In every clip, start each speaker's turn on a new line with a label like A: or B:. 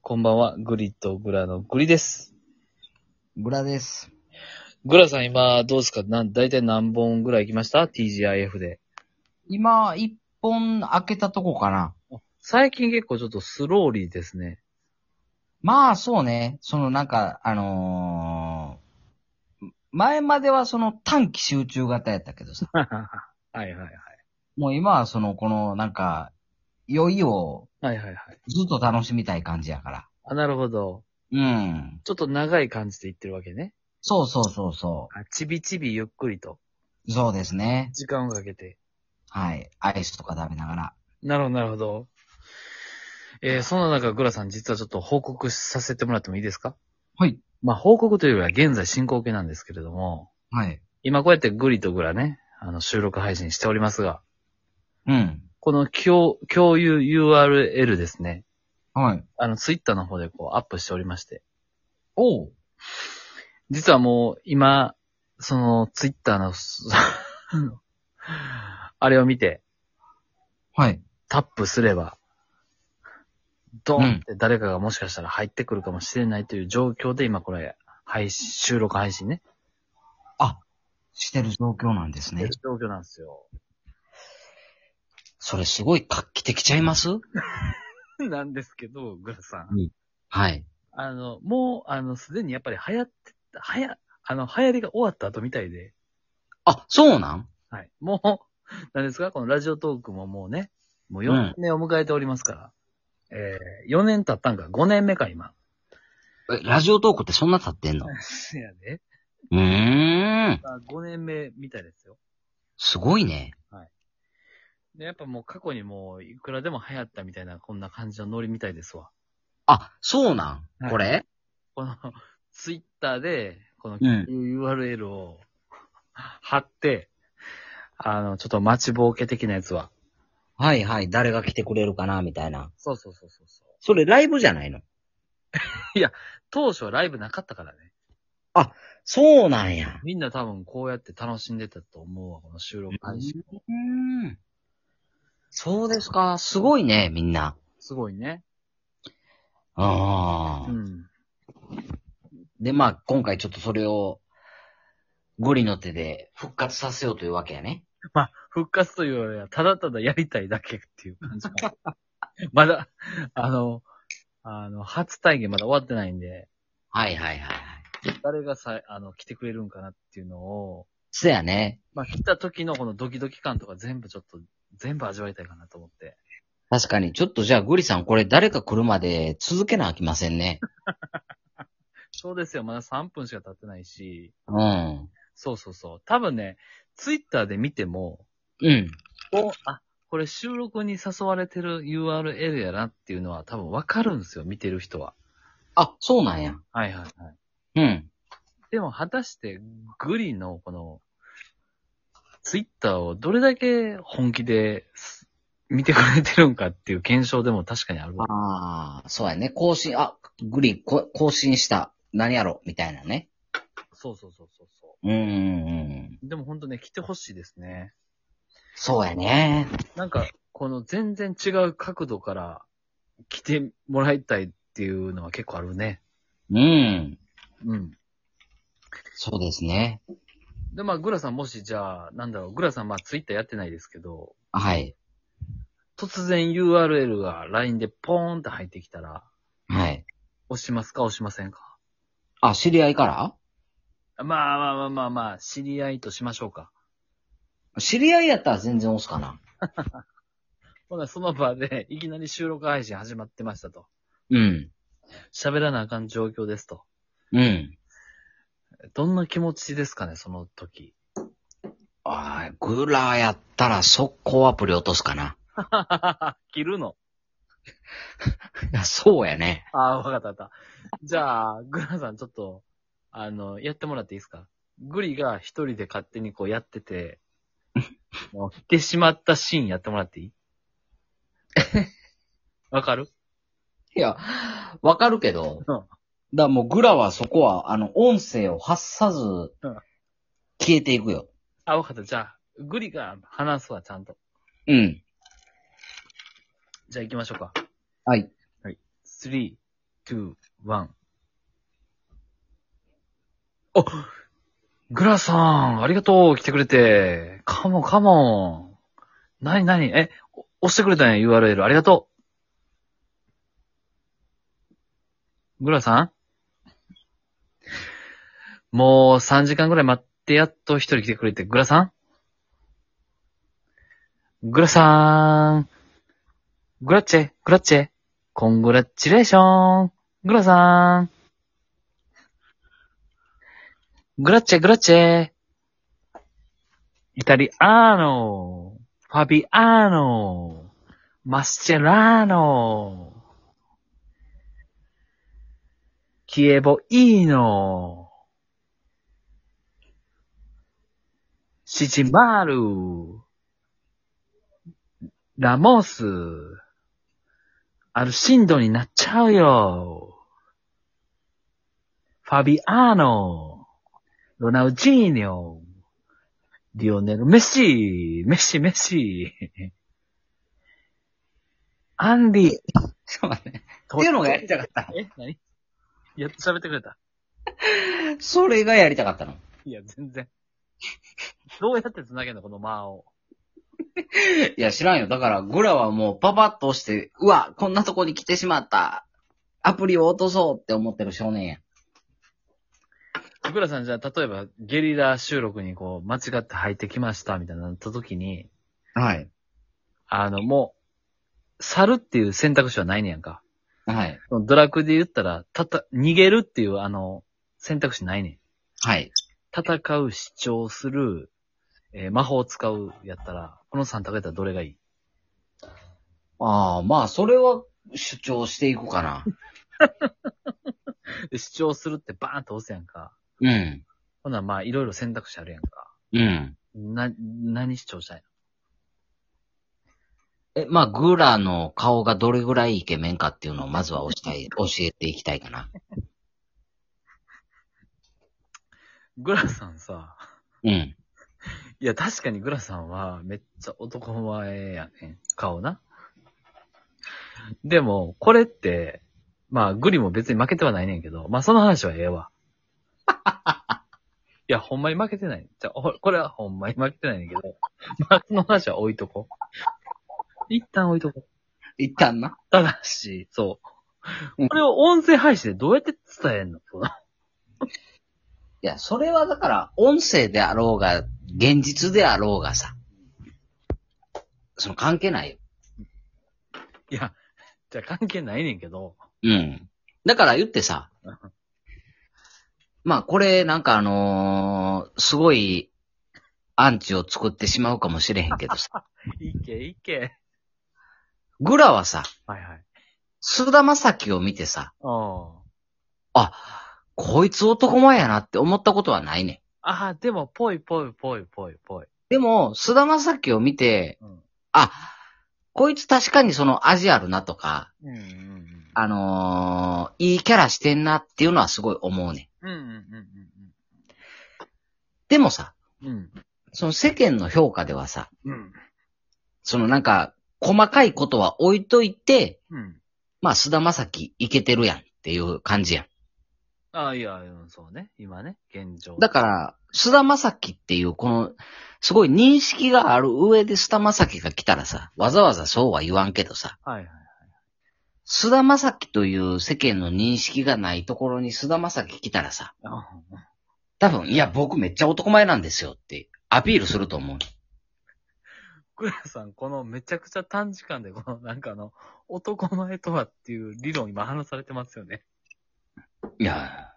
A: こんばんは、グリとグラのグリです。
B: グラです。
A: グラさん今、どうですかなん、だいたい何本ぐらい行きました ?TGIF で。
B: 今、一本開けたとこかな。
A: 最近結構ちょっとスローリーですね。
B: まあ、そうね。そのなんか、あのー前まではその短期集中型やったけどさ。
A: はいはいはい。
B: もう今はその、このなんか、酔いを
A: はいはいはい。
B: ずっと楽しみたい感じやから。
A: あ、なるほど。
B: うん。
A: ちょっと長い感じで行ってるわけね。
B: そうそうそうそ
A: あちびちびゆっくりと。
B: う。そうですね。
A: 時間をかけて。
B: はい。アイスとか食べながら。
A: なるほどなるほど。えー、そんな中、グラさん実はちょっと報告させてもらってもいいですか
B: はい。
A: まあ、報告というよりは現在進行形なんですけれども、
B: はい。
A: 今こうやってグリとグラね、あの、収録配信しておりますが、
B: うん。
A: この共共有 URL ですね。
B: はい。
A: あの、ツイッターの方でこうアップしておりまして。
B: おう。
A: 実はもう今、そのツイッターの、 そあれを見て
B: はい。
A: タップすれば、ドンって誰かがもしかしたら入ってくるかもしれないという状況で今これ、配信、収録配信ね。
B: してる状況なんですね。
A: 状況なんですよ。
B: それすごい画期的ちゃいます
A: なんですけど、グラさん。
B: はい。
A: あの、もう、あの、すでにやっぱり流行って、はや、あの、流行りが終わった後みたいで、
B: あ、そうなん
A: はい。もう、 何ですかこのラジオトークももうね、もう4
B: うん
A: 年目を迎えておりますから。えー、4年経ったんか、5年目か、 今。
B: え、ラジオトークってそんな経ってんの
A: いやね。
B: うーん。
A: あ5年目みたいですよ。
B: すごいね。
A: で、やっぱもう過去にもう、いくらでも流行ったみたいな、こんな感じのノリみたいですわ。
B: あ、そうなん、
A: はい
B: これ
A: この、 ツイッターで、この
B: うん
A: URL を 貼って、あの、ちょっと待ちぼうけ的なやつは。
B: はいはい。誰が来てくれるかなみたいな。
A: そうそうそうそうそう。
B: それライブじゃないの
A: 当初はライブなかったからね。
B: そうなんや。
A: みんな多分こうやって楽しんでたと思うわ、この収録配信。
B: うーん。そうですか。すごいね、みんな。
A: すごいね。
B: ああ、
A: うん。
B: で、まあ、今回ちょっとそれを、ゴリの手で復活させようというわけやね。
A: まあ、復活というよりは、ただただやりたいだけっていう感じかな まだ、あの、あの、初体験まだ終わってないんで、
B: はいはいはいはい。
A: 誰がさ、あの、来てくれるんかなっていうのを、
B: そやね。
A: まあ、来た時のこのドキドキ感とか全部ちょっと、全部味わいたいかなと思って。
B: 確かに。ちょっとじゃあ、ゴリさん、これ誰か来るまで続けなあきませんね。
A: そうですよ、まだ3分しか経ってないし、
B: うん。
A: そうそうそう。多分ね、ツイッターで見ても、
B: うん。
A: お、あ、これ収録に誘われてる URL やなっていうのは多分わかるんですよ、見てる人は。
B: あ、そうなんや。
A: はいはいはい。
B: うん。
A: でも果たして、グリのこの、ツイッターをどれだけ本気です見てくれてるんかっていう検証でも確かにあるわ。
B: ああ、そうやね。更新、あ、グリこ、更新した。何やろみたいなね。
A: そうそうそうそうそ
B: うんうんうん。
A: う。でもほんとね、来てほしいですね。
B: そうやね。
A: なんか、この全然違う角度から来てもらいたいっていうのは結構あるね。
B: うん。
A: うん。
B: そうですね。
A: で、まあ、グラさんもし、じゃあ、なんだろう、グラさん、まあ、ツイッターやってないですけど、
B: はい。
A: 突然 URL が LINE でポーンって入ってきたら、
B: はい。
A: 押しますか、押しませんか
B: あ、知り合いから
A: まあまあまあまあまあ、知り合いとしましょうか。
B: 知り合いやったら全然押すかな。
A: ほな、その場で、 いきなり収録配信始まってましたと。
B: うん。
A: 喋らなあかん状況ですと。
B: うん。
A: どんな気持ちですかね、その時。
B: あーグラやったら速攻アプリ落とすかな。
A: 切るの
B: いや、そうやね。
A: ああ、わかったわかった。じゃあ、グラさん、ちょっと、あの、やってもらっていいですかグリが一人で勝手にこうやって て、もう来てしまったシーンやってもらって いいわかる
B: いや、わかるけど、
A: う
B: だ
A: ん
B: からもうグラはそこは、あの、音声を発さず
A: ん、
B: 消えていくよ。
A: あ、わかった。じゃあ、グリが話すわ、ちゃんと。
B: うん。
A: じゃあ行きましょうか。
B: はい。
A: 3、 two, one. おグラさん、ありがとう、来てくれて。カモンカモン。なになにえ、お押してくれたんや、URL。ありがとう。グラさんもう3時間ぐらい待って、やっと一人来てくれて。グラさんグラさん。グラッチェ、グラッチェ。コングラッチュレーション。グラさん。グラッチェ、グラッチェ。イタリアーノ。ファビアーノ。マスチェラーノ。キエボイーノ。シチマル。ラモス。アルシンドになっちゃうよ。ファビアーノ、ロナウジーニョ、ディオネル・メッシー、メッシー、メッシー。アンディ、
B: ちょっと待って。っていうのがやりたかったの。
A: え何やっと喋ってくれた。
B: それがやりたかったの。
A: いや、全然。 どうやって繋げんのこの間を。
B: いや、知らんよ。だから、グラはもうパパッと押して、うわ、こんなとこに来てしまった。アプリを落とそうって思ってる少年や。
A: 僕らさんじゃあ、例えば、ゲリラ収録にこう、間違って入ってきました、みたいなのった時に、
B: はい。
A: あの、もう、去るっていう選択肢はないねやんか。
B: はい。
A: ドラクエで言ったら、たた、逃げるっていう、あの、選択肢ないねん。
B: はい。
A: 戦う、主張する、えー魔法を使う、やったら、この3択やったらどれがいい
B: ああ、まあ、それは主張していくかな。
A: で主張するってバーンと押すやんか。
B: うん。
A: ほな、まあ、いろいろ選択肢あるやんか。
B: うん。
A: な、何主張したい
B: え、まあ、グラの顔がどれぐらいイケメンかっていうのをまずは押したい、教えていきたいかな。
A: のグラさんさ、
B: うん。
A: いや、確かにグラさんは、めっちゃ男前やねん。顔な。でも、これって、まあ、グリも別に負けてはないねんけど、まあ、その話はええ わ。いや、ほんまに負けてない。じゃあ、ほこれはほんまに負けてないねんけど、まあ、その話は置いとこう。一旦置いとこう。
B: 一旦な。
A: ただし、そう
B: う。ん
A: これを音声配信でどうやって伝えんの
B: いや、それはだから、音声であろうが、現実であろうがさ。その関係ないよ。
A: いや、じゃあ関係ないねんけど、
B: うん。だから言ってさ、まあこれなんかあのーすごいアンチを作ってしまうかもしれへんけどさ、
A: いけいけ。
B: グラはさ、
A: はいはい。
B: 菅田正樹を見てさ、
A: うん。
B: あ、こいつ男前やなって思ったことはないねん。
A: ああ、でも、ぽいぽいぽいぽいぽい。
B: でも、菅田正樹を見て、
A: うん。
B: あ、こいつ確かにその味あるなとか、
A: うんうんうん。
B: あのーいいキャラしてんなっていうのはすごい思うねん。
A: うんうん
B: でもさ、
A: うんうん。うん。
B: その世間の評価ではさ、
A: うん。
B: そのなんか、細かいことは置いといて、
A: うん。
B: まあ、菅田将暉いけてるやんっていう感じやん。
A: ああ、いや、うんそうね。今ね、現状。
B: だから、菅田将暉っていう、この、すごい認識がある上で菅田将暉が来たらさ、わざわざそうは言わんけどさ、
A: はいはい。
B: 菅田将暉という世間の認識がないところに菅田将暉来たらさ、
A: あ
B: 多分、いや、僕めっちゃ男前なんですよって、アピールすると思う。
A: クラさん、このめちゃくちゃ短時間で、このなんかあの、男前とはっていう理論今話されてますよね。
B: いや、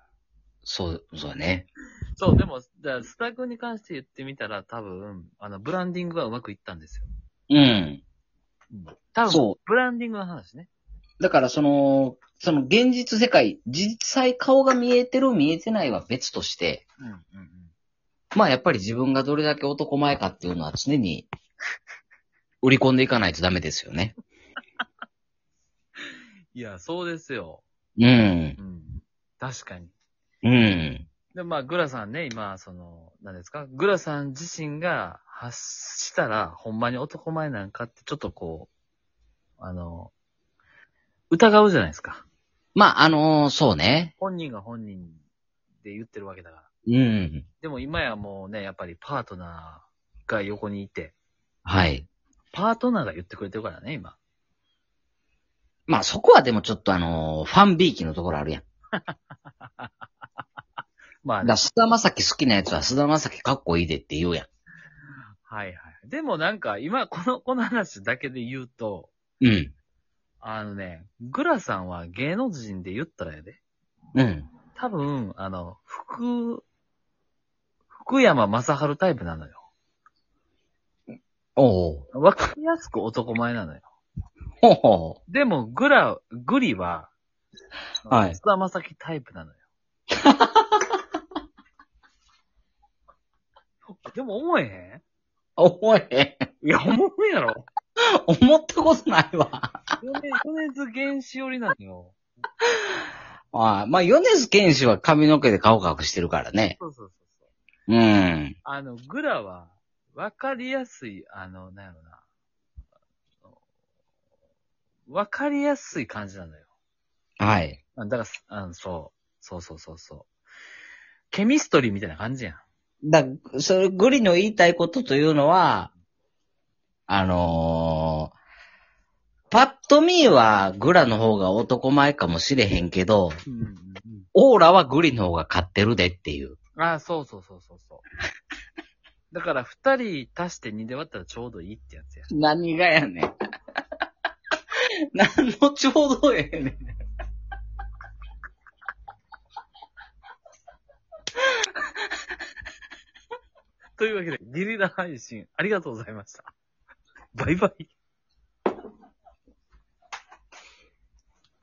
B: そう、そうだね。
A: そう、でも、じゃあ、スタ君に関して言ってみたら、多分、あの、ブランディングはうまくいったんですよ。
B: うん。
A: うん。多分、
B: そう。
A: ブランディングの話ね。
B: だから、その、その現実世界、実際顔が見えてる見えてないは別として、
A: うんうんうん。
B: まあやっぱり自分がどれだけ男前かっていうのは常に売り込んでいかないとダメですよね。
A: いや、そうですよ。
B: うん。
A: うん。確かに。
B: うん。
A: で、まあ、グラさんね、今、その、何ですか、グラさん自身が発したら、ほんまに男前なんかって、ちょっとこう、あの、疑うじゃないですか。
B: まあ、あのーそうね。
A: 本人が本人で言ってるわけだから。
B: うん。
A: でも今やもうね、やっぱりパートナーが横にいて、
B: はい。
A: パートナーが言ってくれてるからね、今。
B: まあ、そこはでもちょっとあのーファンビーキのところあるやん。
A: まあ、
B: だから、菅田正樹好きなやつは菅田正樹かっこいいでって言うやん。
A: はいはい。でもなんか今、この、この話だけで言うと、
B: うん。
A: あのね、グラさんは芸能人で言ったらやで。
B: うん。
A: 多分、あの、福、福山雅治タイプなのよ。
B: おう
A: わかりやすく男前なのよ。
B: ほうほ
A: でも、グラ、グリは、
B: はい
A: 菅田正樹タイプなの よ。でも思えへ
B: う。思えへん。
A: んいや、思うやろ。
B: 思ったことないわ。
A: 米米津玄師寄りなのよ。
B: ああまあ、米津玄師は髪の毛で顔隠してるからね。
A: そうそうそうそう。
B: うん。
A: あの、グラは、わかりやすい、あの、なんやろな。あのわかりやすい感じなのよ。
B: はい。
A: あだから、あの、そう。そうそうそうそう。ケミストリーみたいな感じやん。
B: だ、それ、グリの言いたいことというのは、あのーパッと見はグラの方が男前かもしれへんけど、
A: うんうん
B: オーラはグリの方が勝ってるでっていう。
A: うん。ああ、そうそうそうそうそう。だ から、二人足して二で割ったらちょうどいいってやつや。
B: 何がやねん。 何のちょうどええねん。
A: というわけで、ゲリラ配信ありがとうございました。バイバイ。